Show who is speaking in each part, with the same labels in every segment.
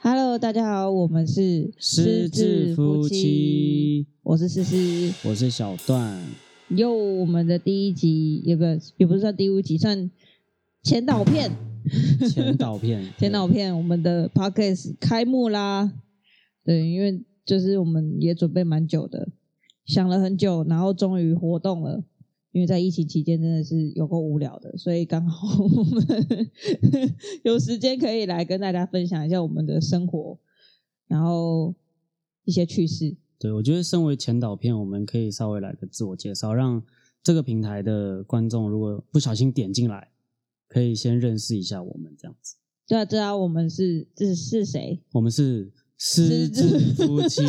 Speaker 1: Hello，大家好，我们是
Speaker 2: 失智夫，妻，
Speaker 1: 我是思思。
Speaker 2: 我是小段。
Speaker 1: 又我们的第一集也不也不是算第五集，算前导片。
Speaker 2: 前导 片
Speaker 1: 前导片，我们的 podcast 开幕啦。对，因为就是我们也准备蛮久的，想了很久，然后终于活动了。因为在疫情期间真的是有够无聊的，所以刚好我们 有时间可以来跟大家分享一下我们的生活，然后一些趣事。
Speaker 2: 对，我觉得身为前导片，我们可以稍微来个自我介绍，让这个平台的观众如果不小心点进来，可以先认识一下我们这样子。
Speaker 1: 对啊，知道我们是这是谁？
Speaker 2: 我们是失智夫 妻，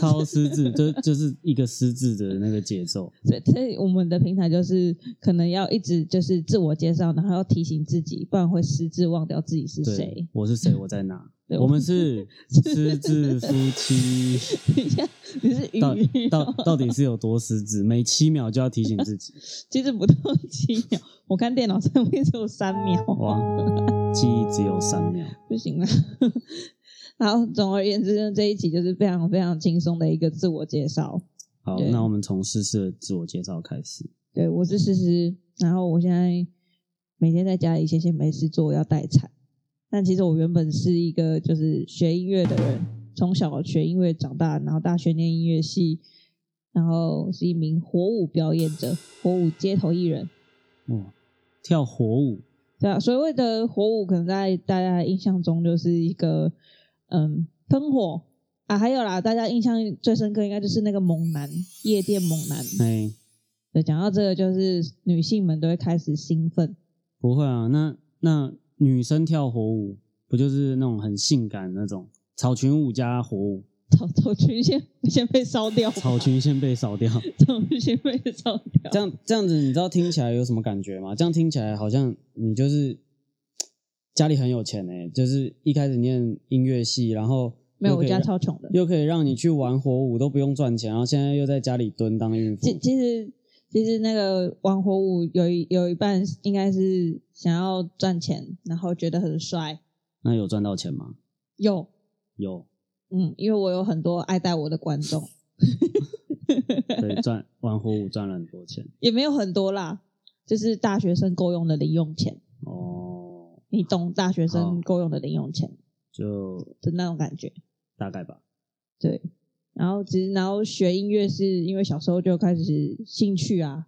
Speaker 2: 超失智，就就是一个失智的那个节奏。
Speaker 1: 所以，所以我们的平台就是可能要一直就是自我介绍，然后要提醒自己，不然会失智忘掉自己是
Speaker 2: 对
Speaker 1: 谁。？
Speaker 2: 我是谁？我在 哪？
Speaker 1: 对
Speaker 2: 我们是失智夫妻。
Speaker 1: 等一下，你是哦
Speaker 2: 到
Speaker 1: 鱼
Speaker 2: 到到底是有多失智？每七秒就要提醒自己，
Speaker 1: 其实不到七秒，我看电脑上面只有三秒，
Speaker 2: 哇，记忆只有三秒。
Speaker 1: 不行了。好，总而言之呢，这一集就是非常非常轻松的一个自我介绍。
Speaker 2: 好，
Speaker 1: 对
Speaker 2: 那我们从诗诗的自我介绍开始。
Speaker 1: 对我是诗诗，然后我现在每天在家里闲闲没事做，要待产。但其实我原本是一个就是学音乐的人，从小学音乐长大，然后大学念音乐系，然后是一名火舞表演者，火舞街头艺人。
Speaker 2: 哇，跳火舞，
Speaker 1: 对啊，所谓的火舞，可能在大家的印象中就是一个嗯喷火啊，还有啦，大家印象最深刻应该就是那个猛男夜店猛男。
Speaker 2: 哎，
Speaker 1: 对，讲到这个，就是女性们都会开始兴奋。
Speaker 2: 不会啊，那那女生跳火舞不就是那种很性感那种草裙舞加火舞？
Speaker 1: 草草裙先先被烧掉吧，
Speaker 2: 草裙先被 扫掉，
Speaker 1: 草裙先被烧掉。
Speaker 2: 这样这样子，你知道听起来有什么感觉吗？这样听起来好像你就是嘖家里很有钱哎、就是一开始念音乐系，然后
Speaker 1: 没有，
Speaker 2: 又
Speaker 1: 我
Speaker 2: 可以
Speaker 1: 家
Speaker 2: 让
Speaker 1: 超穷的。
Speaker 2: 又可以让你去玩火舞都不用赚钱，然后现在又在家里蹲当孕妇
Speaker 1: 其，其实其实那个玩火舞有一有一半应该是想要赚钱，然后觉得很帅。
Speaker 2: 那有赚到钱吗？
Speaker 1: 有，
Speaker 2: 有，
Speaker 1: 嗯，因为我有很多爱戴我的观众，
Speaker 2: 对，赚玩火舞赚了很多钱
Speaker 1: 也没有很多啦，就是大学生够用的零用钱，
Speaker 2: 哦，
Speaker 1: 你懂大学生
Speaker 2: 好
Speaker 1: 够用的零用钱
Speaker 2: 就
Speaker 1: 的那种感觉。
Speaker 2: 大概吧。
Speaker 1: 对，然后其实然后学音乐是因为小时候就开始兴趣啊，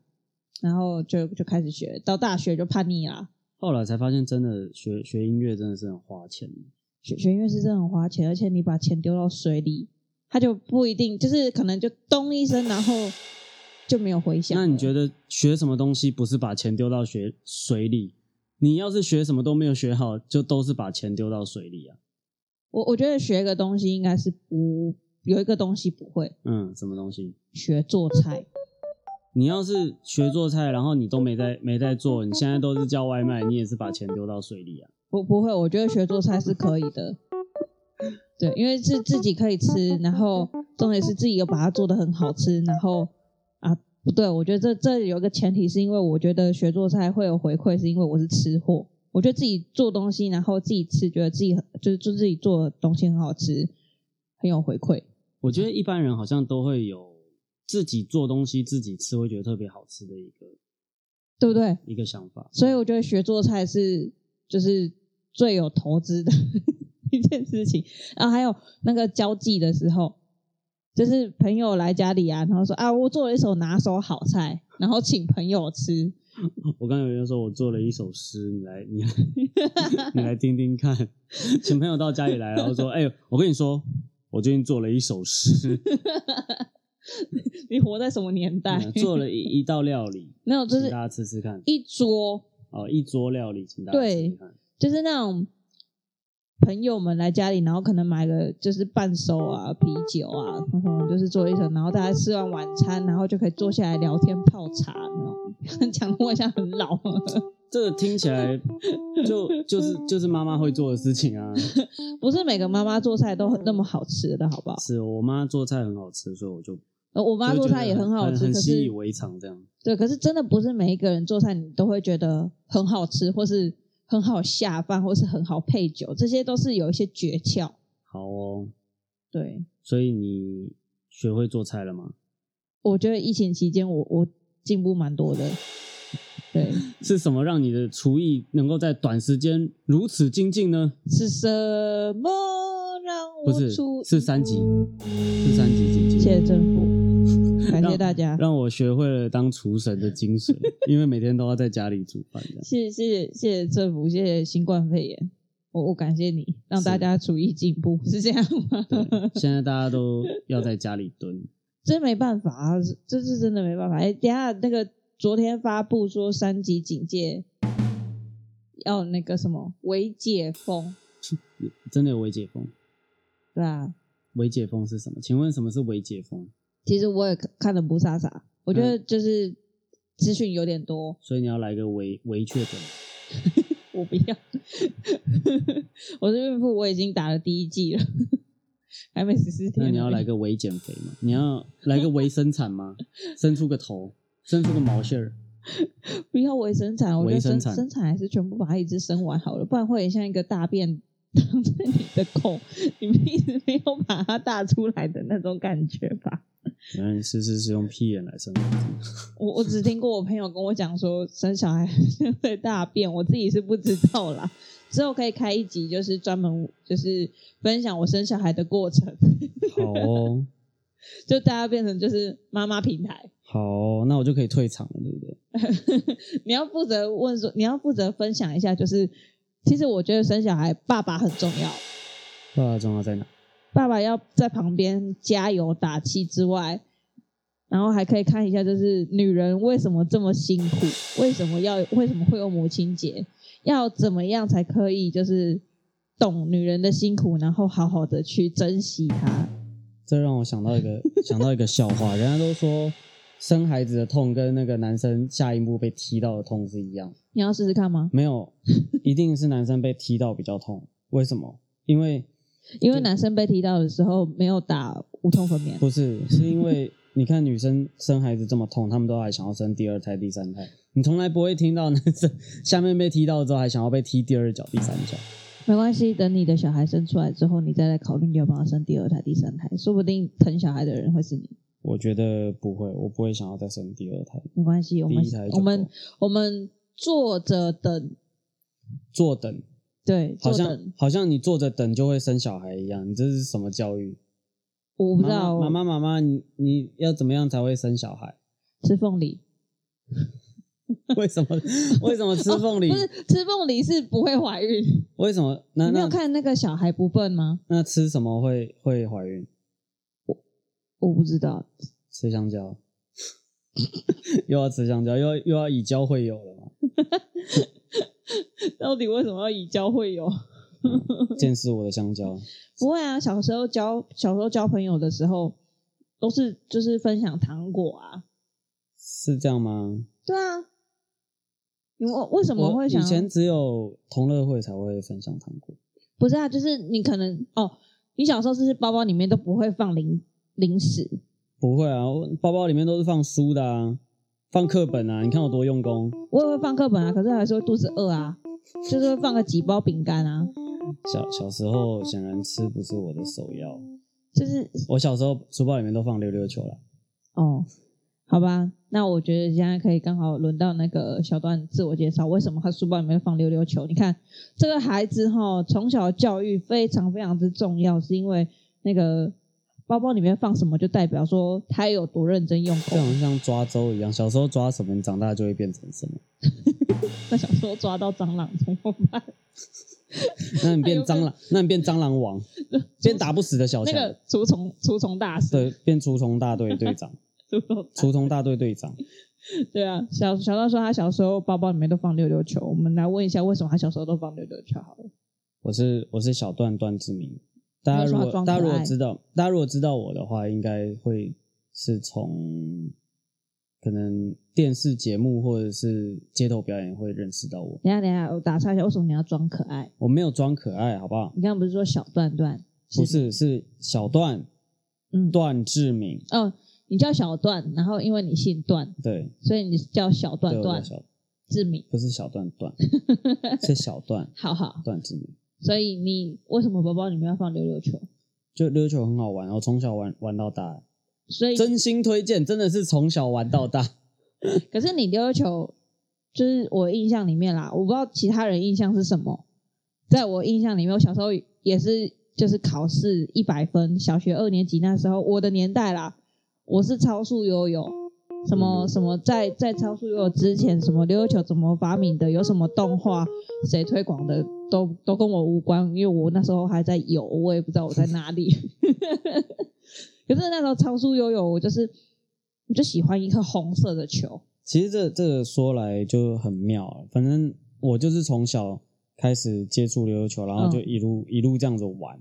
Speaker 1: 然后就就开始学，到大学就叛逆啊啦。
Speaker 2: 后来才发现，真的学学音乐真的是很花钱的，
Speaker 1: 学学音乐是真的很花钱，而且你把钱丢到水里，它就不一定，就是可能就咚一声，然后就没有回响了。
Speaker 2: 那你觉得学什么东西不是把钱丢到学水里？你要是学什么都没有学好，就都是把钱丢到水里啊。
Speaker 1: 我我觉得学一个东西应该是不有一个东西不会
Speaker 2: 嗯，什么东西？
Speaker 1: 学做菜，
Speaker 2: 你要是学做菜，然后你都没在没在做，你现在都是叫外卖，你也是把钱丢到水里啊。
Speaker 1: 不不会，我觉得学做菜是可以的。对，因为是自己可以吃，然后重点是自己有把它做的很好吃，然后啊，不对，我觉得这这有一个前提是因为我觉得学做菜会有回馈，是因为我是吃货，我觉得自己做东西，然后自己吃，觉得自己很就是就自己做的东西很好吃，很有回馈。
Speaker 2: 我
Speaker 1: 嗯
Speaker 2: 觉得一般人好像都会有自己做东西自己吃，会觉得特别好吃的一个
Speaker 1: 对不对？
Speaker 2: 一个想法。
Speaker 1: 所以我觉得学做菜是就是最有投资的 一件事情。然后还有那个交际的时候，就是朋友来家里啊，然后说啊，我做了一手拿手好菜，然后请朋友吃。
Speaker 2: 我刚才有人说我做了一首诗，你来，你来，你来 听听看。请朋友到家里来，然后说：“哎、我跟你说，我最近做了一首诗，
Speaker 1: 你活在什么年代？
Speaker 2: 嗯做了一一道料理，
Speaker 1: 没有，就
Speaker 2: 请
Speaker 1: 是
Speaker 2: 大家吃吃看。
Speaker 1: 一桌，
Speaker 2: 哦，一桌料理，请大家吃吃看。
Speaker 1: 就是那种。朋友们来家里，然后可能买个就是伴手啊、啤酒啊，然后就是做一手，然后大家吃完晚餐，然后就可以坐下来聊天、泡茶那种。 讲的我好像很老。
Speaker 2: 这个听起来就就是就是妈妈会做的事情啊。
Speaker 1: 不是每个妈妈做菜都很那么好吃的，好不好？
Speaker 2: 是我妈做菜很好吃，所以我就
Speaker 1: 呃，我妈做菜也
Speaker 2: 很
Speaker 1: 好吃，
Speaker 2: 很
Speaker 1: 可
Speaker 2: 习以
Speaker 1: 是
Speaker 2: 为常这样。
Speaker 1: 对，可是真的不是每一个人做菜你都会觉得很好吃，或是很好下饭，或是很好配酒，这些都是有一些诀窍。
Speaker 2: 好哦，
Speaker 1: 对，
Speaker 2: 所以你学会做菜了吗？
Speaker 1: 我觉得疫情期间我我进步蛮多的。对，
Speaker 2: 是什么让你的厨艺能够在短时间如此精进呢？
Speaker 1: 是什么让
Speaker 2: 不
Speaker 1: 我
Speaker 2: 是
Speaker 1: 出？，
Speaker 2: 是三级，是三级精进。
Speaker 1: 谢谢政府，感谢
Speaker 2: 让
Speaker 1: 大家，
Speaker 2: 让我学会了当厨神的精髓， 因为每天都要在家里煮饭这样。
Speaker 1: 谢谢谢谢谢谢政府，谢谢新冠肺炎，我我感谢你，让大
Speaker 2: 是
Speaker 1: 家厨艺进步，是这样吗？
Speaker 2: 对，现在大家都要在家里蹲，
Speaker 1: 真没办法啊，这是真的没办法。哎、等一下那个昨天发布说三级警戒，要那个什么微解封，
Speaker 2: 真的有微解封。
Speaker 1: 对啊。
Speaker 2: 微解封是什么？请问什么是微解封？
Speaker 1: 其实我也看看的不傻傻，我觉得
Speaker 2: 嗯
Speaker 1: 就是资讯有点多，
Speaker 2: 所以你要来个微微确诊。
Speaker 1: 我不要。 我是孕妇，我已经打了第一剂了， 还没十四天。
Speaker 2: 那你要来？个微减肥吗？你要来个微生产吗？生出个头，生出个毛线儿，
Speaker 1: 不要微生产，我觉得
Speaker 2: 微生
Speaker 1: 生
Speaker 2: 产
Speaker 1: 生产还是全部把它一只生完好了，不然会很像一个大便挡在你的口，你们一直没有把它大出来的那种感觉吧。
Speaker 2: 原来你是是是用屁眼来生孩子。
Speaker 1: 我我只听过我朋友跟我讲说生小孩 会大便，我自己是不知道啦。之后可以开一集，就是专门就是分享我生小孩的过程，
Speaker 2: 好哦，
Speaker 1: 就大家变成就是妈妈平台。
Speaker 2: 好哦，那我就可以退场了，对不对？
Speaker 1: 你要负责问说，你要负责分享一下，就是其实我觉得生小孩爸爸很重要，
Speaker 2: 爸爸重要在哪？
Speaker 1: 爸爸要在旁边加油打气之外，然后还可以看一下，就是女人为什么这么辛苦，为什么要为什么会有母亲节，要怎么样才可以就是懂女人的辛苦，然后好好的去珍惜她。
Speaker 2: 这让我想到一个想到一个笑话，人家都说生孩子的痛跟那个男生下阴部被踢到的痛是一样，
Speaker 1: 你要试试看吗？
Speaker 2: 没有，一定是男生被踢到比较痛。为什么？因为
Speaker 1: 因为男生被踢到的时候没有打无痛分娩，
Speaker 2: 不是，是因为你看女生生孩子这么痛，她们都还想要生第二胎、第三胎。你从来不会听到男生 下面被踢到之后还想要被踢第二脚、第三脚。
Speaker 1: 没关系，等你的小孩生出来之后，你再来考虑你要不要生第二胎、第三胎，说不定疼小孩的人会是你。
Speaker 2: 我觉得不会，我不会想要再生第二胎。
Speaker 1: 没关系，我们
Speaker 2: 第一胎就够
Speaker 1: 我们我们坐着等，
Speaker 2: 坐等，
Speaker 1: 对，
Speaker 2: 好
Speaker 1: 坐
Speaker 2: 像
Speaker 1: 等，
Speaker 2: 好像你坐着等就会生小孩一样，你这是什么教育？
Speaker 1: 我不知道
Speaker 2: 妈妈妈妈妈妈，你你要怎么样才会生小孩？
Speaker 1: 吃凤梨，
Speaker 2: 为什么为什么吃凤梨？
Speaker 1: 哦不是吃凤梨是不会怀孕。
Speaker 2: 为什么？ 那
Speaker 1: 你没有
Speaker 2: 那
Speaker 1: 看那个小孩不笨吗？
Speaker 2: 那吃什么会会怀孕？
Speaker 1: 我不知道，
Speaker 2: 吃香蕉， 又要吃香蕉，又要又要以交会友了 嘛？
Speaker 1: 到底为什么要以交会友？
Speaker 2: 见识我的香蕉，
Speaker 1: 不会啊，小时候交小时候交朋友的时候，都是就是分享糖果啊，
Speaker 2: 是这样吗？
Speaker 1: 对啊。你为为什么
Speaker 2: 我
Speaker 1: 会
Speaker 2: 以
Speaker 1: 想要
Speaker 2: 前只有同乐会才会分享糖果，
Speaker 1: 不是啊，就是你可能哦，你小时候是不是包包里面都不会放零零食，
Speaker 2: 不会啊，我包包里面都是放书的啊，放课本啊，你看我多用功。
Speaker 1: 我也会放课本啊，可是还是会肚子饿啊，就是会放个几包饼干啊，
Speaker 2: 小小时候显然吃不是我的首要，
Speaker 1: 就是
Speaker 2: 我小时候书包里面都放溜溜球啦。
Speaker 1: 哦，好吧，那我觉得现在可以刚好轮到那个小段自我介绍，为什么他书包里面放溜溜球？你看这个孩子哈，从小教育非常非常之重要，是因为那个包包里面放什么，就代表说他有多认真用
Speaker 2: 这
Speaker 1: 功。
Speaker 2: 好像抓周一样，小时候抓什么，你长大就会变成什么。
Speaker 1: 那小时候抓到蟑螂怎么 办？
Speaker 2: 那你
Speaker 1: 哎
Speaker 2: 变蟑螂，那你变蟑 螂王，变打不死的小
Speaker 1: 那
Speaker 2: 强，
Speaker 1: 个除虫除虫大师，
Speaker 2: 对，变除虫大队队长，
Speaker 1: 除虫大
Speaker 2: 除虫大队队长。
Speaker 1: 对啊，小小到说他小时候包包里面都放溜溜球，我们来问一下为什么他小时候都放溜溜球好了。
Speaker 2: 我是我是小段段志明。大家如
Speaker 1: 没有说他装
Speaker 2: 果
Speaker 1: 可
Speaker 2: 大
Speaker 1: 爱
Speaker 2: 家如果知道，大家如果知道我的话，应该会是从可能电视节目或者是街头表演会认识到我。
Speaker 1: 等一下等一下，我打岔一下，为什么你要装可爱？
Speaker 2: 我没有装可爱，好不好？
Speaker 1: 你刚刚不是说小段段？
Speaker 2: 不是，是小段
Speaker 1: 嗯，
Speaker 2: 段志明。
Speaker 1: 哦，你叫小段，然后因为你姓段，
Speaker 2: 对，
Speaker 1: 所以你叫小
Speaker 2: 对
Speaker 1: 段
Speaker 2: 我叫
Speaker 1: 段
Speaker 2: 小
Speaker 1: 志明。
Speaker 2: 不是小段段，是小段
Speaker 1: 好好，
Speaker 2: 段志明。
Speaker 1: 所以你为什么包包里面要放溜溜球？
Speaker 2: 就溜球很好玩，然后从小玩玩到大，
Speaker 1: 所以
Speaker 2: 真心推荐，真的是从小玩到大。
Speaker 1: 可是你溜溜球，就是我印象里面啦，我不知道其他人印象是什么。在我印象里面，我小时候也是就是考试一百分，小学二年级那时候，我的年代啦，我是超速悠悠，什么什么在在超速悠悠之前，什么溜溜球怎么发明的，有什么动画谁推广的，都都跟我无关，因为我那时候还在游，我也不知道我在哪里。 可是那时候超速悠悠，我就是我就喜欢一颗红色的球，
Speaker 2: 其实这这个说来就很妙啊，反正我就是从小开始接触溜溜球，然
Speaker 1: 嗯
Speaker 2: 后就一路、一路这样子玩，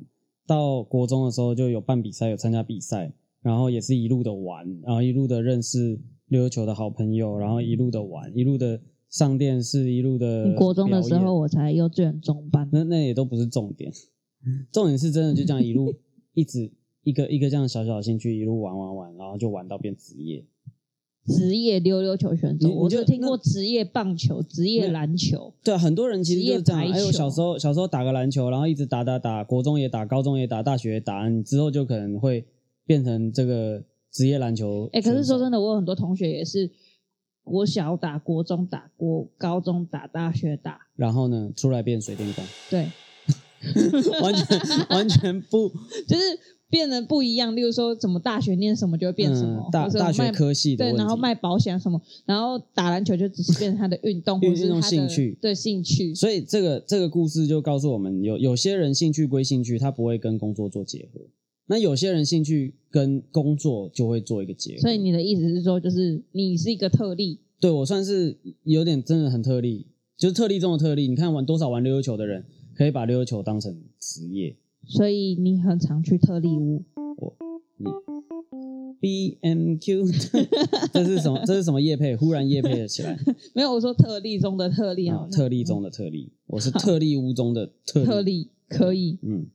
Speaker 2: 到国中的时候就有办比赛，有参加比赛，然后也是一路的玩，然后一路的认识溜溜球的好朋友，然后一路的玩，一路的上电视，一路的
Speaker 1: 你国中的时
Speaker 2: 呃表演
Speaker 1: 候，我才幼稚园中班。
Speaker 2: 那那也都不是重点， 重点是真的就这样一路一直一个一个这样小小的兴趣一路玩玩玩，然后就玩到变职业。
Speaker 1: 职业溜溜球选手，
Speaker 2: 你你
Speaker 1: 我
Speaker 2: 就
Speaker 1: 就听过职业棒球、职业篮球，
Speaker 2: 对，啊很多人其实就是这样。
Speaker 1: 职业排
Speaker 2: 哎，
Speaker 1: 球
Speaker 2: 我小时候小时候打个篮球，然后一直打打打，国中也打，高中也打，大学也打，你之后就可能会变成这个职业篮球。
Speaker 1: 哎、可是说真
Speaker 2: 的，
Speaker 1: 的，我有很多同学也是国小打、国中打、国高中打、大学打，
Speaker 2: 然后呢，出来变水电 工，
Speaker 1: 对，
Speaker 2: 完全完全不
Speaker 1: 就是变得不一样。例如说，怎么大学念什么就会 变什么，
Speaker 2: 嗯大
Speaker 1: 或者
Speaker 2: 大学
Speaker 1: 卖
Speaker 2: 科系的
Speaker 1: 对，
Speaker 2: 问题。
Speaker 1: 然后卖保险什么，然后打篮球就只是变成他的运 动
Speaker 2: 运
Speaker 1: 或是
Speaker 2: 运动
Speaker 1: 他的
Speaker 2: 兴趣
Speaker 1: 对兴趣。
Speaker 2: 所以这个这个故事就告诉我们，有有些人兴趣归兴趣，他不会跟工作做结合；那有些人兴趣跟工作就会做一个结合。
Speaker 1: 所以你的意思是说，就是你是一个特例，
Speaker 2: 对我算是有点真的很特例，就是特例中的特例。你看玩多少玩溜溜球的人，可以把溜溜球当成职业。
Speaker 1: 所以你很常去特例屋。
Speaker 2: B M Q，这是什么？这是什么叶配？忽然叶配了 起来
Speaker 1: 没有，我说特例中的特例
Speaker 2: 啊
Speaker 1: 啊！，
Speaker 2: 特例中的特例，我是特例屋中的特例。
Speaker 1: 特例可以，
Speaker 2: 嗯，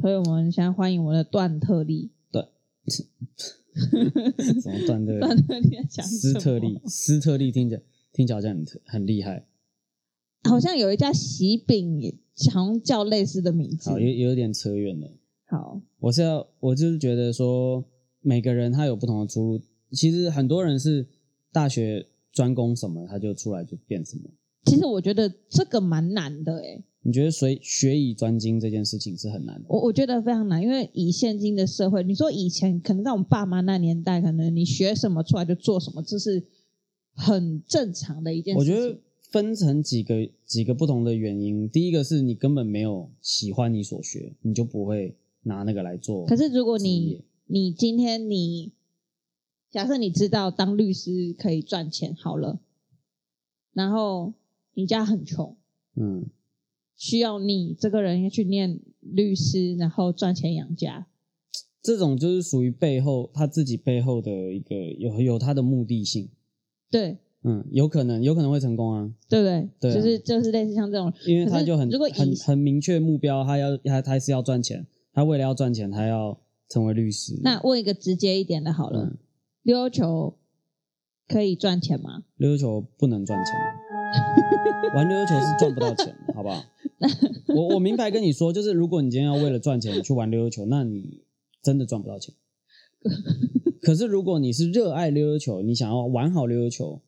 Speaker 1: 所以我们现在欢迎我们的段特例，
Speaker 2: 什 么断特
Speaker 1: 段
Speaker 2: 例？
Speaker 1: 特例在讲什
Speaker 2: 斯
Speaker 1: 么
Speaker 2: 特利，，斯特利听起来听起来好像很特很厉害。
Speaker 1: 好像有一家喜饼也，好像叫类似的名字
Speaker 2: 好，。有有点扯远了。
Speaker 1: 好，
Speaker 2: 我是要，我就是觉得说，每个人他有不同的出路。其实很多人是大学专攻什么，他就出来就变什么。
Speaker 1: 其实我觉得这个蛮难的欸诶，
Speaker 2: 你觉得学学以专精这件事情是很难的？
Speaker 1: 我我觉得非常难，因为以现今的社会，你说以前可能在我们爸妈那年代，可能你学什么出来就做什么，这是很正常的一件
Speaker 2: 我
Speaker 1: 事
Speaker 2: 觉
Speaker 1: 情。
Speaker 2: 得分成几个几个不同的原因。第一个是你根本没有喜欢你所学，你就不会拿那个来做。
Speaker 1: 可是如果
Speaker 2: 职
Speaker 1: 你
Speaker 2: 业
Speaker 1: 你今天你假设你知道当律师可以赚钱好了，然后你家很穷，
Speaker 2: 嗯，
Speaker 1: 需要你这个人去念律师，然后赚钱养家。
Speaker 2: 这种就是属于背后他自己背后的一个有有他的目的性。
Speaker 1: 对
Speaker 2: 嗯，有可能有可能会成功啊。
Speaker 1: 对不对？
Speaker 2: 对啊嗯
Speaker 1: 就是就是类似像这种，
Speaker 2: 因为他就很
Speaker 1: 可是如果以
Speaker 2: 很很明确目标，他要他他是要赚钱，他为了要赚钱，他要成为律师。
Speaker 1: 那问一个直接一点的好了，
Speaker 2: 嗯
Speaker 1: 溜溜球可以赚钱吗？
Speaker 2: 溜溜球不能赚钱， 玩溜溜球是赚不到钱的，好不好？我我明白跟你说，就是如果你今天要为了赚钱去玩溜溜球，那你真的赚不 到钱。可是如果你是热爱溜溜球，你想要玩好溜溜球，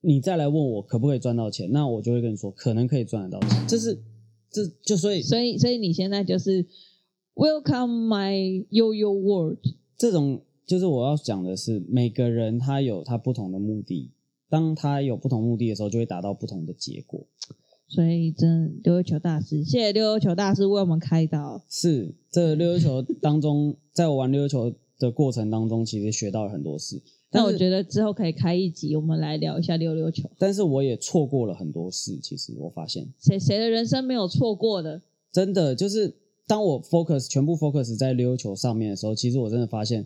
Speaker 2: 你再来问我可不可以赚到钱，那我就会跟你说，可能可以赚得到钱。这是这就所以
Speaker 1: 所以所以你现在就是 Welcome my yo-yo world，
Speaker 2: 这种就是我要讲的是，每个人他有他不同的目的，当他有不同目的的时候，就会达到不同的结果。
Speaker 1: 所以真的溜溜球大师，谢谢溜溜球大师为我们开导。
Speaker 2: 是这溜溜球当中，在我玩溜溜球的过程当中，其实学到了很多事，但
Speaker 1: 那
Speaker 2: 是
Speaker 1: 我觉得之后可以开一集，我们来聊一下溜溜球。
Speaker 2: 但是我也错过了很多事。其实我发现，
Speaker 1: 谁谁的人生没有错过的？
Speaker 2: 真的就是当我 focus 全部 focus 在溜溜球上面的时候，其实我真的发现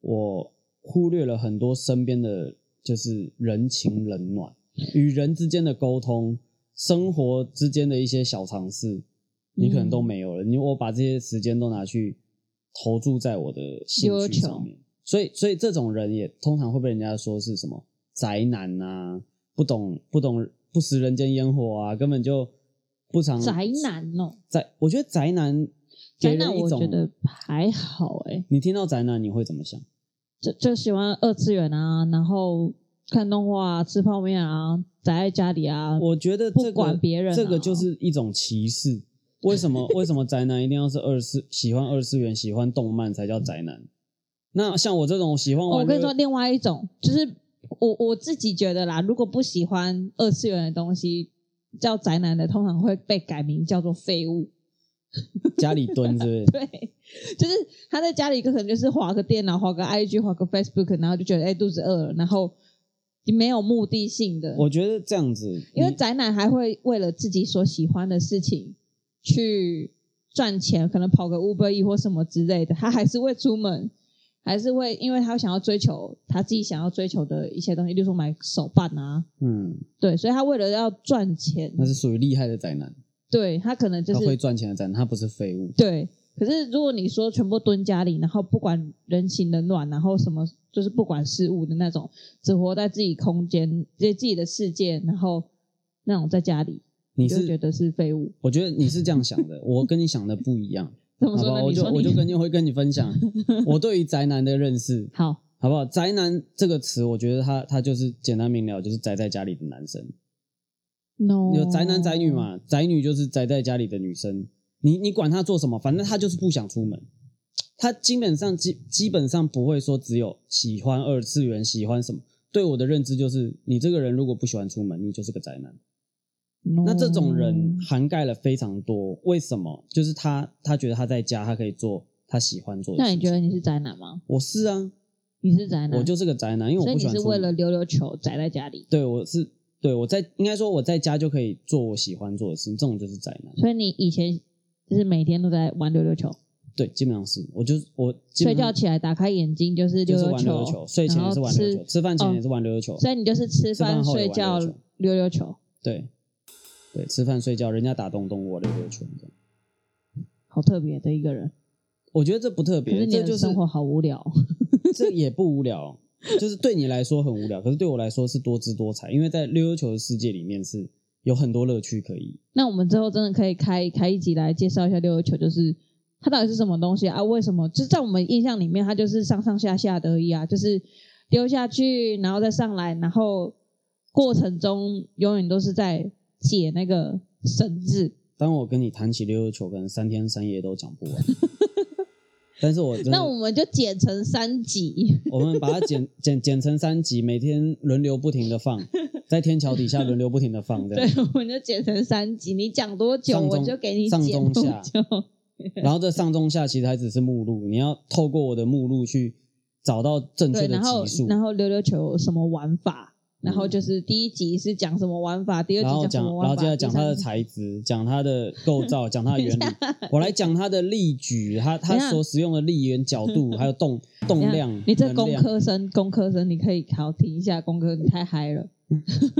Speaker 2: 我忽略了很多身边的就是人情冷暖，与人之间的沟通，生活之间的一些小常识，你可
Speaker 1: 嗯
Speaker 2: 能都没有了。你我把这些时间都拿去投注在我的兴趣上面，所以，所以这种人也通常会被人家说是什么宅男呐，不懂不懂不食人间烟火啊，根本就不常
Speaker 1: 宅男哦，
Speaker 2: 宅。我觉得宅男嗯给
Speaker 1: 宅
Speaker 2: 人
Speaker 1: 男
Speaker 2: 一
Speaker 1: 我
Speaker 2: 种
Speaker 1: 觉得还好哎、
Speaker 2: 你听到宅男你会怎么想？
Speaker 1: 就就喜欢二次元啊，然后看动画、啊、吃泡面啊，宅在家里啊。
Speaker 2: 我觉得这个
Speaker 1: 不管别人啊
Speaker 2: 这个就是一种歧视。为什么为什么宅男一定要是二次喜欢二次元、喜欢动漫才叫宅男？那像我这种喜欢
Speaker 1: 哦
Speaker 2: 玩
Speaker 1: 我
Speaker 2: 乐，
Speaker 1: 跟你说，另外一种就是我我自己觉得啦，如果不喜欢二次元的东西，叫宅男的通常会被改名叫做废物。？
Speaker 2: 家里蹲是不是
Speaker 1: 对，就是他在家里可能就是划个电脑、划个 IG、划个 Facebook，然后就觉得哎、肚子饿了，然后没有目的性的。
Speaker 2: 我觉得这样子，
Speaker 1: 因为
Speaker 2: 你
Speaker 1: 宅男还会为了自己所喜欢的事情去赚钱，可能跑个 Uber E 或什么之类的，他还是会出门，还是会因为他想要追求他自己想要追求的一些东西，例如说买手办啊，
Speaker 2: 嗯，
Speaker 1: 对，所以他为了要赚钱，
Speaker 2: 那是属于厉害的宅男，
Speaker 1: 对他可能就
Speaker 2: 他会
Speaker 1: 是
Speaker 2: 赚钱的宅男，他不是废物。
Speaker 1: 对。可是如果你说全部蹲家里，然后不管人情冷暖，然后什么就是不管事物的那种，只活在自己空间、自己的世界，然后那种在家里，
Speaker 2: 你
Speaker 1: 就会觉
Speaker 2: 是，
Speaker 1: 得是废物。
Speaker 2: 我觉得你是这样想的，我跟你想的不一 样，
Speaker 1: 怎
Speaker 2: 好
Speaker 1: 么
Speaker 2: 不
Speaker 1: 说
Speaker 2: 好？
Speaker 1: 呢？
Speaker 2: 我
Speaker 1: 你
Speaker 2: 就
Speaker 1: 说
Speaker 2: 我
Speaker 1: 你
Speaker 2: 就跟你会跟你 分享我对于宅男的认识，
Speaker 1: 好，
Speaker 2: 好不好？宅男这个词，我觉得他他就是简单明了，就是宅在家里的男生。
Speaker 1: no，
Speaker 2: 有宅男宅女，嘛，
Speaker 1: 哦
Speaker 2: 宅女就是宅在家里的女生，你你管她做什么，反正她就是不想出门。她基本上基基本上不会说只有喜欢二次元，喜欢什么。对我的认知就是，你这个人如果不喜欢出门，你就是个宅男。那这种人
Speaker 1: 哦
Speaker 2: 涵盖了非常多，为什么？就是他他觉得他在家，他可以做他喜欢做的
Speaker 1: 那
Speaker 2: 事情。
Speaker 1: 你觉得你是宅男吗？
Speaker 2: 我是啊，
Speaker 1: 你是宅男，
Speaker 2: 我就是个宅男，因为
Speaker 1: 所
Speaker 2: 我
Speaker 1: 以
Speaker 2: 不喜
Speaker 1: 你
Speaker 2: 欢
Speaker 1: 是
Speaker 2: 出门。
Speaker 1: 为了溜溜球宅在家里，
Speaker 2: 对我是对我在应该说我在家就可以做我喜欢做的事情，这种就是宅男。
Speaker 1: 所以你以前就是每天都在玩溜溜球，
Speaker 2: 对，基本上是，我就我基
Speaker 1: 睡
Speaker 2: 本
Speaker 1: 觉
Speaker 2: 上
Speaker 1: 起来打开眼睛就是溜
Speaker 2: 就是
Speaker 1: 溜
Speaker 2: 玩溜溜球，睡前也是玩溜溜球，吃饭前也是玩溜溜球，
Speaker 1: 哦所以你就是吃
Speaker 2: 哦吃饭
Speaker 1: 饭
Speaker 2: 后也
Speaker 1: 睡
Speaker 2: 玩溜
Speaker 1: 觉
Speaker 2: 溜球
Speaker 1: 溜溜球，
Speaker 2: 对对，吃饭睡觉，人家打东东我溜溜球这样
Speaker 1: 好特别的一个人。
Speaker 2: 我觉得这不
Speaker 1: 可
Speaker 2: 特别，
Speaker 1: 是你
Speaker 2: 这
Speaker 1: 的
Speaker 2: 就是
Speaker 1: 生活好无聊，
Speaker 2: 这也不无聊，就是对你来说很无聊，可是对我来说是多姿多彩，因为在溜溜球的世界里面是有很多乐趣可以。
Speaker 1: 那我们之后真的可以开开一集来介绍一下溜溜球，就是它到底是什么东西啊？为什么？就是在我们印象里面，它就是上上下下的而已啊，就是丢下去，然后再上来，然后过程中永远都是在解那个绳子。
Speaker 2: 当我跟你谈起溜溜球，可能三天三夜都讲不完。 但是我真的
Speaker 1: 那我们就剪成三集，
Speaker 2: 我们把它剪剪剪成三集，每天轮流不停的放，在天桥底下轮流不停的放，这
Speaker 1: 对
Speaker 2: 样。，
Speaker 1: 我们就剪成三集。你讲多久，
Speaker 2: 上中
Speaker 1: 我就给你
Speaker 2: 上
Speaker 1: 剪
Speaker 2: 中
Speaker 1: 多
Speaker 2: 下
Speaker 1: 久。
Speaker 2: 然后这上中下其实还只是目录，你要透过我的目录去找到正确
Speaker 1: 对，
Speaker 2: 的
Speaker 1: 然后
Speaker 2: 集数，嗯
Speaker 1: 然后溜溜球有什么玩法？然后就是第一集是讲什么玩法，第二
Speaker 2: 然后
Speaker 1: 集
Speaker 2: 讲
Speaker 1: 什么，玩
Speaker 2: 然
Speaker 1: 法，
Speaker 2: 后接下来讲它的
Speaker 1: 第三集
Speaker 2: 材质，讲它的构造，讲它 的原理。我来讲它的力矩，它它
Speaker 1: 等一下
Speaker 2: 所使用的力源、角度，还 有动
Speaker 1: 怎
Speaker 2: 动
Speaker 1: 样
Speaker 2: 量。
Speaker 1: 你这
Speaker 2: 能
Speaker 1: 工
Speaker 2: 量
Speaker 1: 科生，工科生，你可以好停一下，工科你太嗨了。
Speaker 2: 嗯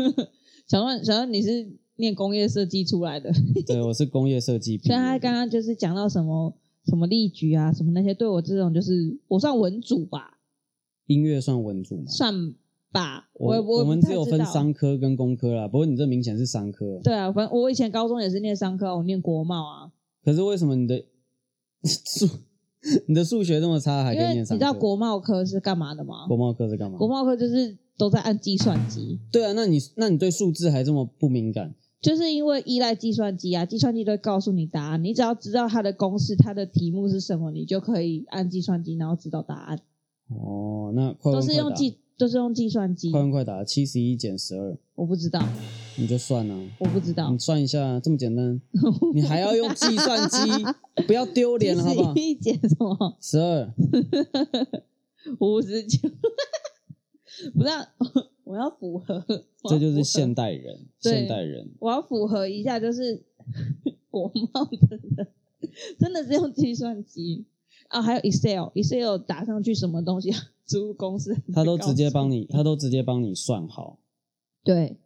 Speaker 1: 小问，小问，你是念工业设计出来的，所
Speaker 2: 对，我是工业设计毕业
Speaker 1: 以他刚刚就是讲到什么什么例举啊，什么那些，对我这种就是我算文组吧，
Speaker 2: 音乐算文组嘛？
Speaker 1: 算吧，
Speaker 2: 我
Speaker 1: 我
Speaker 2: 我们
Speaker 1: 不太
Speaker 2: 只有
Speaker 1: 知
Speaker 2: 分
Speaker 1: 道
Speaker 2: 商科跟工科啦，不过你这明显是商科。
Speaker 1: 对啊，反正我以前高中也是念商科，我念国贸啊，
Speaker 2: 可是为什么你的 数你的数学这么差，还
Speaker 1: 因
Speaker 2: 可以
Speaker 1: 为
Speaker 2: 念
Speaker 1: 你
Speaker 2: 商
Speaker 1: 知
Speaker 2: 科？
Speaker 1: 道国贸科是干嘛的吗？
Speaker 2: 国贸科是干嘛？
Speaker 1: 国贸科就是都在按计算机，
Speaker 2: 对啊，那你那你对数字还这么不敏感？
Speaker 1: 就是因为依赖计算机啊，计算机都会告诉你答案，你只要知道它的公式、它的题目是什么，你就可以按计算机然后知道答案，
Speaker 2: 哦，那快
Speaker 1: 都
Speaker 2: 问
Speaker 1: 是
Speaker 2: 快
Speaker 1: 用
Speaker 2: 答，
Speaker 1: 计都是用计算机
Speaker 2: 快。问快答，七十一减十二，
Speaker 1: 我不知道，
Speaker 2: 你就算了。
Speaker 1: 我不知道
Speaker 2: 你，算一下，这么 简单，你还要用计算机，不要丢 脸了，好不好
Speaker 1: 七？十一减什么？
Speaker 2: 十二，
Speaker 1: 五十九， 不要， 我要符合，我要
Speaker 2: 这就是
Speaker 1: 符合
Speaker 2: 现代人，
Speaker 1: 对
Speaker 2: 现代人。
Speaker 1: 我要符合一下，就是 国贸的人真的是用计算机啊，还有 Excel，Excel 打上去什么东西， 租入公司
Speaker 2: 他都直接帮
Speaker 1: 你
Speaker 2: 你，他都直接帮你算好。
Speaker 1: 对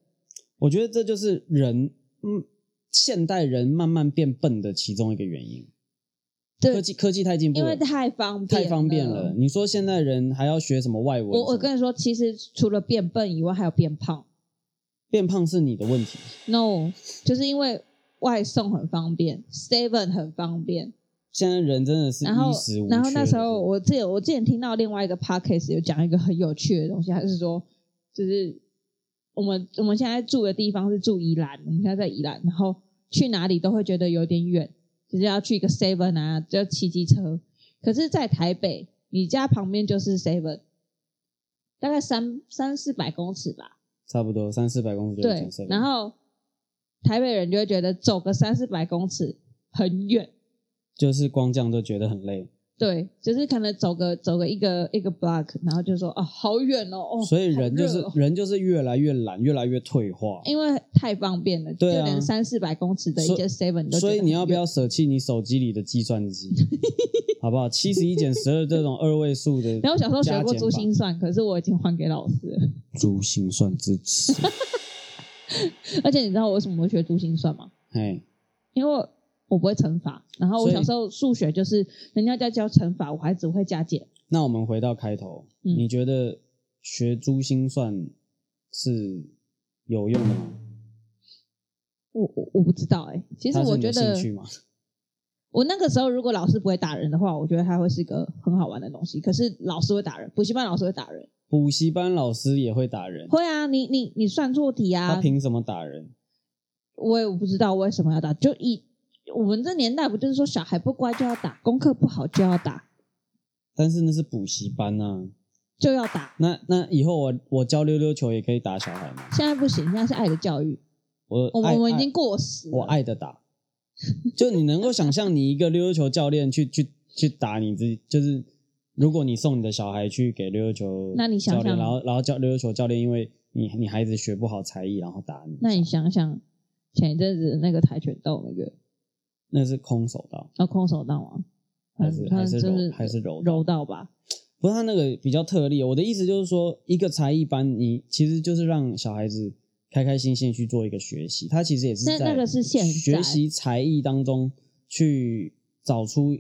Speaker 2: 我觉得这就是人，嗯，现代人慢慢变笨的其中一个原因。
Speaker 1: 对
Speaker 2: 科，技科技太进步
Speaker 1: 因
Speaker 2: 了，
Speaker 1: 为太方便，
Speaker 2: 太方便了。。你说现在人还要学什么外文什么？
Speaker 1: 我我跟你说，其实除了变笨以外，还有变胖。
Speaker 2: 变胖是你的问题，
Speaker 1: No，就是因为外送很方便，Seven 很方便。
Speaker 2: 现在人真的是
Speaker 1: 然后
Speaker 2: 衣食无缺。
Speaker 1: 然后那时候我记得我之前听到另外一个 podcast 有讲一个很有趣的东西，还是说就是我们我们现在住的地方是住宜兰，我们现在在宜兰，然后去哪里都会觉得有点远，就是要去一个 Seven 啊，就要骑机车。可是，在台北，你家旁边就是 Seven，大概三三四百公尺吧。
Speaker 2: 差不多三四百公尺就有
Speaker 1: 对
Speaker 2: 健身，
Speaker 1: 然后台北人就会觉得走个三四百公尺很远，
Speaker 2: 就是光这样都觉得很累，
Speaker 1: 对，就是可能走个走个一个一个 block，然后就说哦好远哦，哦
Speaker 2: 所以人就是、
Speaker 1: 好热哦哎
Speaker 2: 人就是越来越懒，越来越退化。
Speaker 1: 因为太方便了，
Speaker 2: 对啊
Speaker 1: 就连三四百公尺的一
Speaker 2: 所以
Speaker 1: 些 seven 都觉得很远
Speaker 2: 所以你要不要舍弃你手机里的计 算机，好不好？七十一减十二这种二位数的
Speaker 1: 然后我小时候学
Speaker 2: 加
Speaker 1: 过
Speaker 2: 减
Speaker 1: 珠
Speaker 2: 法
Speaker 1: 心算，可是我已经还给老师了。
Speaker 2: 珠心算支持，
Speaker 1: 而且你知道我为什么会学珠心算吗？
Speaker 2: 哎，
Speaker 1: 因为我我不会乘法，然后我
Speaker 2: 所以
Speaker 1: 小时候数学就是人家在教乘法，我还只会加减。
Speaker 2: 那我们回到开头，
Speaker 1: 嗯
Speaker 2: 你觉得学珠心算是有用的吗？
Speaker 1: 我我我不知道哎、其实
Speaker 2: 它是
Speaker 1: 我
Speaker 2: 你
Speaker 1: 觉
Speaker 2: 的
Speaker 1: 得
Speaker 2: 兴趣吗？
Speaker 1: 我那个时候如果老师不会打人的话，我觉得他会是一个很好玩的东西。可是老师会打人，补习班老师会打人，
Speaker 2: 补习班老师也会打人，
Speaker 1: 会啊，你你你算错题
Speaker 2: 他
Speaker 1: 啊，
Speaker 2: 凭什么打人？
Speaker 1: 我也不知道为什么要打，就一我们这年代不就是说小孩不乖就要打，功课不好就要打，
Speaker 2: 但是那是补习班呐、
Speaker 1: 就要打。
Speaker 2: 那那以后我我教溜溜球也可以打小孩吗？
Speaker 1: 现在不行，现在是爱的教育，
Speaker 2: 我
Speaker 1: 哦我们
Speaker 2: 爱
Speaker 1: 我们已
Speaker 2: 爱
Speaker 1: 经过时了
Speaker 2: 我爱的打，就你能够想象你一个溜溜球教练去去去打你自己，就是如果你送你的小孩去给溜溜球教练，
Speaker 1: 那你想想
Speaker 2: 然后然后教溜溜球教练，因为你你孩子学不好才艺，然后打你，
Speaker 1: 那你想想，前一阵子那个跆拳道那个，
Speaker 2: 那是空手道
Speaker 1: 要空手道啊，
Speaker 2: 还是
Speaker 1: 他
Speaker 2: 还是
Speaker 1: 就是
Speaker 2: 柔还是柔道？
Speaker 1: 柔道吧？
Speaker 2: 不是他那个比较特例。我的意思就是说，一个才艺班，你其实就是让小孩子开开心心去做一个学习，他其实也是
Speaker 1: 那
Speaker 2: 在
Speaker 1: 那个是现在
Speaker 2: 学习才艺当中去找出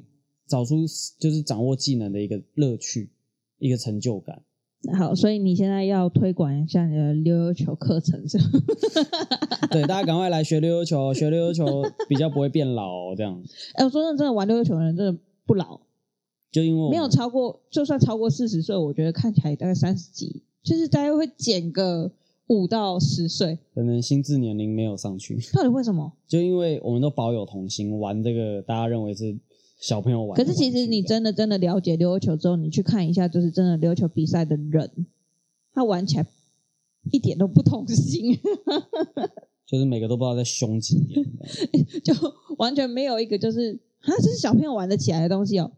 Speaker 2: 找出就是掌握技能的一个乐趣，一个成就 感。
Speaker 1: 好，所以你现在要推广一下你的溜溜球课程是吗？
Speaker 2: 对，大家赶快来学溜溜球，学溜溜球比较不会变老、哦。这样，
Speaker 1: 哎、我说真的，真的玩溜溜球的人真的不老，
Speaker 2: 就因为我
Speaker 1: 没有超过，就算超过四十岁，我觉得看起来也大概三十几，就是大概会减个五到十岁。
Speaker 2: 可能心智年龄没有上去，
Speaker 1: 到底为什么？
Speaker 2: 就因为我们都保有童心，玩这个大家认为是小朋友玩
Speaker 1: 可
Speaker 2: 的玩具。
Speaker 1: 是其实你
Speaker 2: 这
Speaker 1: 真
Speaker 2: 样
Speaker 1: 的真的了解溜溜球之后，你去看一下，就是真的溜溜球比赛的人，他玩起来一点都不童心，
Speaker 2: 就是每个都不知道在凶几年。
Speaker 1: 就完全没有一个就是啊，这是小朋友玩得起来的东西哦，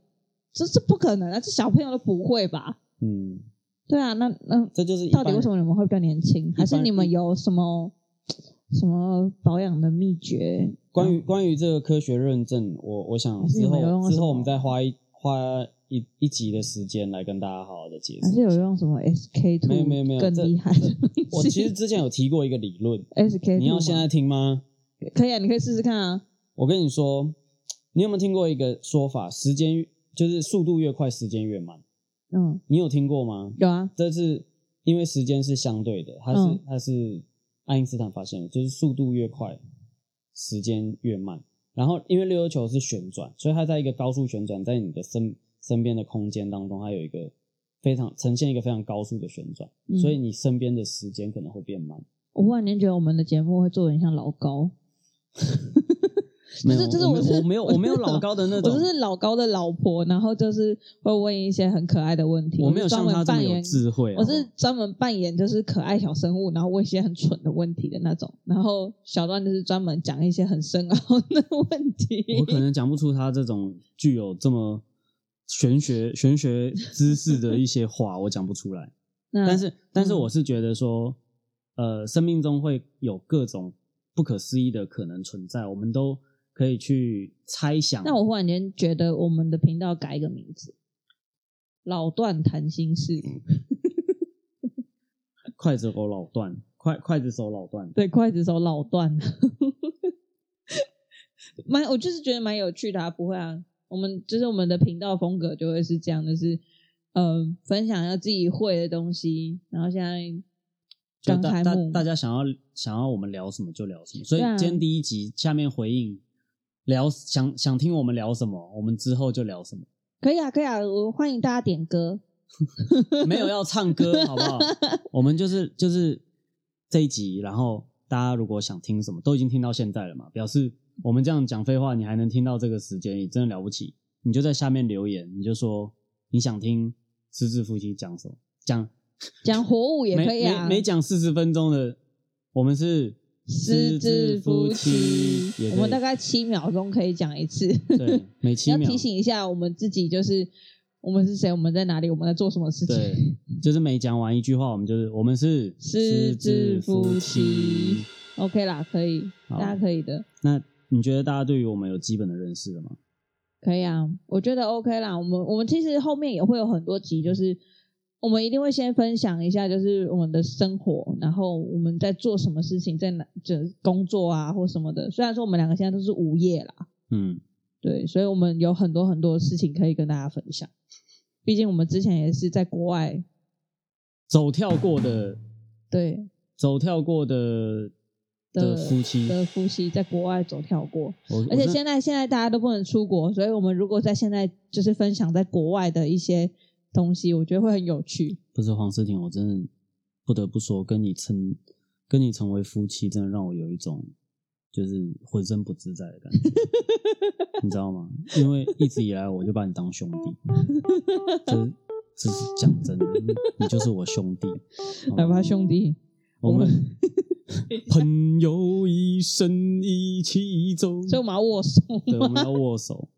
Speaker 1: 这是不可能啊，这小朋友都不会吧？
Speaker 2: 嗯，
Speaker 1: 对啊，那那
Speaker 2: 这就是一
Speaker 1: 到
Speaker 2: 般
Speaker 1: 底为什么你们会比较年轻？还是你们有什么什么保养的秘诀？
Speaker 2: 关于关于这个科学认证，我我想
Speaker 1: 还是
Speaker 2: 之
Speaker 1: 你们有用
Speaker 2: 后
Speaker 1: 过
Speaker 2: 之
Speaker 1: 什
Speaker 2: 后
Speaker 1: 么
Speaker 2: 我们再花一花一一集的时间来跟大家好好的解
Speaker 1: 还是
Speaker 2: 释。
Speaker 1: 有用什么 SK two
Speaker 2: 没有没有没有
Speaker 1: 更
Speaker 2: 这
Speaker 1: 厉害
Speaker 2: 这
Speaker 1: 的东西？
Speaker 2: 我其 实之前有提过一个理论，
Speaker 1: SK
Speaker 2: 你要现
Speaker 1: two
Speaker 2: 在听吗？
Speaker 1: 可以啊，你可以试试看啊。
Speaker 2: 我跟你说，你有没有听过一个说法？时间越就是速度越快，时间越慢。
Speaker 1: 嗯，
Speaker 2: 你有听过吗？
Speaker 1: 有啊，
Speaker 2: 这是因为时间是相对的，它是、
Speaker 1: 嗯
Speaker 2: 它是爱因斯坦发现的，就是速度越快，时间越慢。然后因为溜溜球是旋转，所以它在一个高速旋转，在你的身身边的空间当中，它有一个非常呈现一个非常高速的旋转，
Speaker 1: 嗯
Speaker 2: 所以你身边的时间可能会变慢。
Speaker 1: 我忽然间觉得我们的节目会做的很像老高，
Speaker 2: 没
Speaker 1: 这
Speaker 2: 有，
Speaker 1: 这是
Speaker 2: 我
Speaker 1: 我
Speaker 2: 没
Speaker 1: 是
Speaker 2: 我没有
Speaker 1: 我
Speaker 2: 我没有
Speaker 1: 是
Speaker 2: 老高的那
Speaker 1: 我
Speaker 2: 种，
Speaker 1: 就是老高的老婆，然后就是会问一些很可爱的问题。
Speaker 2: 我没有
Speaker 1: 是专
Speaker 2: 像
Speaker 1: 门
Speaker 2: 他这么
Speaker 1: 扮
Speaker 2: 有
Speaker 1: 演，
Speaker 2: 智慧。啊
Speaker 1: 我
Speaker 2: 好不好
Speaker 1: 是专门扮演就是可爱小生物，然后问一些很蠢的问题的那种。然后小段就是专门讲一些很深奥的问题。
Speaker 2: 我可能讲不出他这种具有这么玄学玄学知识的一些话，我讲不出来。
Speaker 1: 那
Speaker 2: 但是，但是
Speaker 1: 嗯
Speaker 2: 我是觉得说，呃，生命中会有各种不可思议的可能存在，我们都可以去猜想。
Speaker 1: 那我忽然间觉得我们的频道改一个名字，老段谈心事，
Speaker 2: 嗯筷子手老段，筷筷子手老段，
Speaker 1: 对，刽子手 老段，蛮我就是觉得蛮有趣的、啊，不会啊，我们就是我们的频道风格就会是这样，就是呃，分享一下自己会的东西，然后现在
Speaker 2: 就
Speaker 1: 刚
Speaker 2: 大
Speaker 1: 开
Speaker 2: 大
Speaker 1: 幕，
Speaker 2: 大家想要想要我们聊什么就聊什么，所以
Speaker 1: 对啊
Speaker 2: 今天第一集下面回应聊想想听我们聊什么，我们之后就聊什么，
Speaker 1: 可以啊，可以啊，我欢迎大家点歌，
Speaker 2: 没有要唱歌好不好？我们就是就是这一集，然后大家如果想听什么，都已经听到现在了嘛，表示我们这样讲废话，你还能听到这个时间，也真的了不起。你就在下面留言，你就说你想听失智夫妻讲什么，讲
Speaker 1: 讲火舞也可以啊，
Speaker 2: 每每每讲四十分钟的，我们是
Speaker 1: 失智夫妻
Speaker 2: 也，可
Speaker 1: 我
Speaker 2: 以
Speaker 1: 们大概七秒钟可以讲一次。
Speaker 2: 对每七
Speaker 1: 要
Speaker 2: 秒
Speaker 1: 提醒一下我们自己，就是我们是谁，我们在哪里，我们在做什么事情。
Speaker 2: 对，就是每讲完一句话，我们就是我们是
Speaker 1: 失智夫妻
Speaker 2: 失智
Speaker 1: OK 啦，可以，
Speaker 2: 好
Speaker 1: 大家可以的，
Speaker 2: 那你觉得大家对于我们有基本的认识了吗？
Speaker 1: 可以啊，我觉得 OK 啦。我们我们其实后面也会有很多集，就是我们一定会先分享一下，就是我们的生活，然后我们在做什么事情，在哪就是工作啊或什么的。虽然说我们两个现在都是无业啦，
Speaker 2: 嗯，
Speaker 1: 对，所以我们有很多很多事情可以跟大家分享。毕竟我们之前也是在国外，
Speaker 2: 走跳过的
Speaker 1: 对
Speaker 2: 走跳过的
Speaker 1: 的
Speaker 2: 的夫妻，
Speaker 1: 的夫妻在国外走跳过，
Speaker 2: 我我
Speaker 1: 而且
Speaker 2: 真的
Speaker 1: 现在现在大家都不能出国，所以我们如果在现在就是分享在国外的一些东西，我觉得会很有趣。
Speaker 2: 不是黄思婷，我真的不得不说，跟你成跟你成为夫妻，真的让我有一种就是浑身不自在的感觉，你知道吗？因为一直以来我就把你当兄弟， 这这是讲真的，你你就是我兄弟，好吗
Speaker 1: 来吧，兄弟，
Speaker 2: 我们
Speaker 1: 等一下
Speaker 2: 朋友一生一起走，
Speaker 1: 所以我们要握手
Speaker 2: 对，我
Speaker 1: 吗，
Speaker 2: 们要 握手。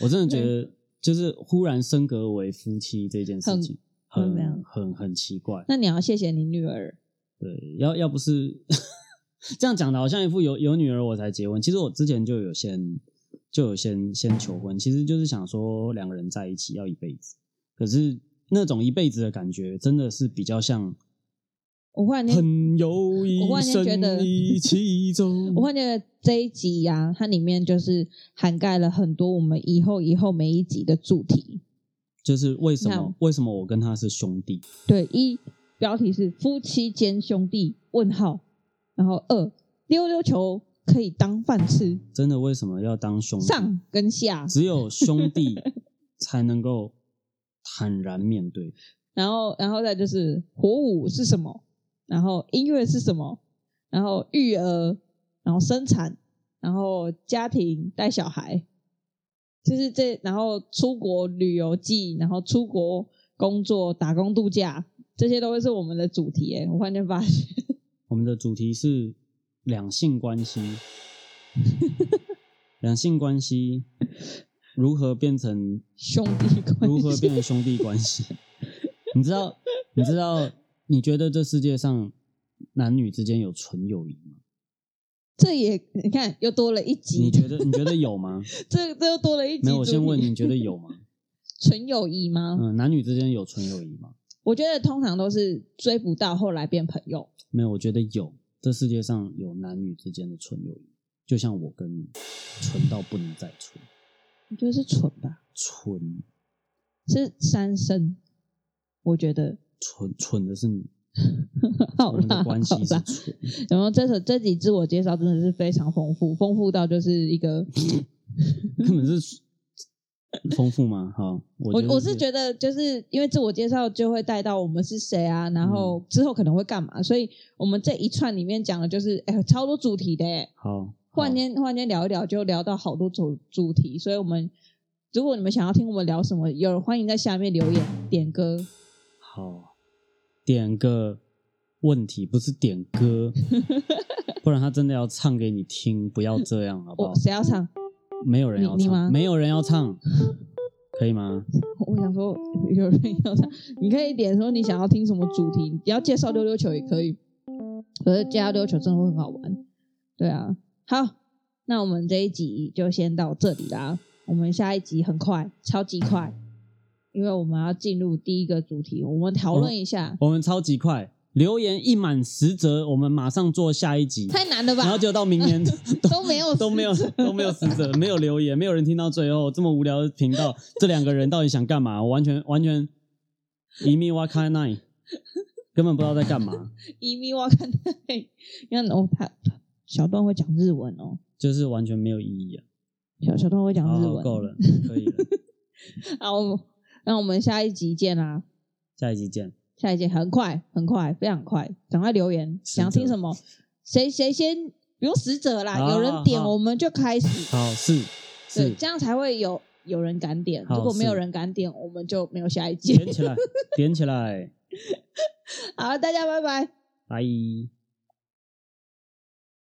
Speaker 2: 我真的觉得，就是忽然升格为夫妻这件事
Speaker 1: 很
Speaker 2: 情，
Speaker 1: 很怎
Speaker 2: 很
Speaker 1: 样
Speaker 2: 很很奇怪。
Speaker 1: 那你要谢谢你女儿，
Speaker 2: 对，要要不是 这样讲的，好像一副有有女儿我才结婚。其实我之前就有先就有先先求婚，其实就是想说两个人在一起要一辈子。可是那种一辈子的感觉，真的是比较像
Speaker 1: 我忽然间，
Speaker 2: 朋友一
Speaker 1: 我忽然间觉得
Speaker 2: 生一起走。
Speaker 1: 我忽然觉得这一集呀、它里面就是涵盖了很多我们以后以后每一集的主题。
Speaker 2: 就是为什
Speaker 1: 那
Speaker 2: 么为什么我跟他是兄弟？
Speaker 1: 对，一标题是夫妻间兄弟问号，然后二溜溜球可以当饭吃，
Speaker 2: 真的为什么要当兄弟？
Speaker 1: 上跟下，
Speaker 2: 只有兄 弟才能够坦然面对。
Speaker 1: 然后然后再就是火舞是什么，然后音乐是什么，然后育儿，然后生产，然后家庭带小孩，就是这，然后出国旅游季，然后出国工作打工度假，这些都会是我们的主题耶。我忽然间发现。
Speaker 2: 我们的主题是两性关 系，两性关系如何变成
Speaker 1: 兄弟关系
Speaker 2: 如何变成兄弟关系？你知道？你知道？你觉得这世界上男女之间有纯友谊吗？
Speaker 1: 这也你看又多了一
Speaker 2: 你
Speaker 1: 集，
Speaker 2: 觉得？你觉得 有吗？
Speaker 1: 这这又多了一集主题。
Speaker 2: 没有，我先问你觉 得有吗？
Speaker 1: 纯友谊吗？
Speaker 2: 嗯，男女之间有纯友谊吗？
Speaker 1: 我觉得通常都是追不到，后来变朋友。
Speaker 2: 没有，我觉得有。这世界上有男女之间的纯友谊，就像我跟你，纯到不能再纯，
Speaker 1: 你觉得是蠢吧？
Speaker 2: 纯
Speaker 1: 是三生，我觉得。
Speaker 2: 纯纯的 是你，
Speaker 1: 好
Speaker 2: 我们
Speaker 1: 啦，
Speaker 2: 的关
Speaker 1: 好
Speaker 2: 系是
Speaker 1: 啦。
Speaker 2: 纯。
Speaker 1: 然后这首这集自我介绍真的是非常丰富，丰富到就是一个，
Speaker 2: 根本是丰富吗？好，我
Speaker 1: 我
Speaker 2: 觉得
Speaker 1: 我是觉得就是因为自我介绍就会带到我们是谁
Speaker 2: 嗯
Speaker 1: 啊，然后之后可能会干嘛，所以我们这一串里面讲的就是哎、超多主题的哎、
Speaker 2: 好，
Speaker 1: 忽然
Speaker 2: 好
Speaker 1: 间忽然间聊一聊，就聊到好多主主题，所以我们如果你们想要听我们聊什么，有欢迎在下面留言点歌。
Speaker 2: 好点个问题，不是点 歌，不然他真的要唱给你听，不要这样好不
Speaker 1: 我
Speaker 2: 好？
Speaker 1: 谁要唱？
Speaker 2: 没有人要
Speaker 1: 你你吗
Speaker 2: 唱，没有人要唱，可以吗？
Speaker 1: 我想说有人要唱，你可以点说你想要听什么主题，你要介绍溜溜球也可以。可是介绍溜溜球真的会很好玩，对啊。好，那我们这一集就先到这里啦。我们下一集很快，超级快，因为我们要进入第一个主题，我们讨论一下。
Speaker 2: 我们超级快，留言一满十则，我们马上做下一集，
Speaker 1: 太难了
Speaker 2: 然后
Speaker 1: 吧？
Speaker 2: 就到明 年都
Speaker 1: 都没有
Speaker 2: 都没有都没有死者，没有留言，没有人听到最后这么无聊的频道，这两个人到底想干嘛？我完全完全一密挖开那，根本不知道在干嘛，
Speaker 1: 移民我看到，因为哦，他小段会讲日文哦，
Speaker 2: 就是完全没有意义啊！
Speaker 1: 小小段会讲日
Speaker 2: 好，
Speaker 1: 文。
Speaker 2: 哦够了，可以了，
Speaker 1: 好，我们那我们下一集见啦。
Speaker 2: 下一集见，
Speaker 1: 下一集很快，很快，非常快，赶快留言，
Speaker 2: 使者
Speaker 1: 想听什么？谁谁先不用死者啦，
Speaker 2: 好
Speaker 1: 有人点
Speaker 2: 啊好
Speaker 1: 我们就开始，
Speaker 2: 好是
Speaker 1: 对，
Speaker 2: 是，
Speaker 1: 这样才会有有人敢点。
Speaker 2: 好
Speaker 1: 如果没有
Speaker 2: 是
Speaker 1: 人敢点，我们就没有 下一集。
Speaker 2: 点起来，点起来，
Speaker 1: 好，大家拜拜。
Speaker 2: 拜。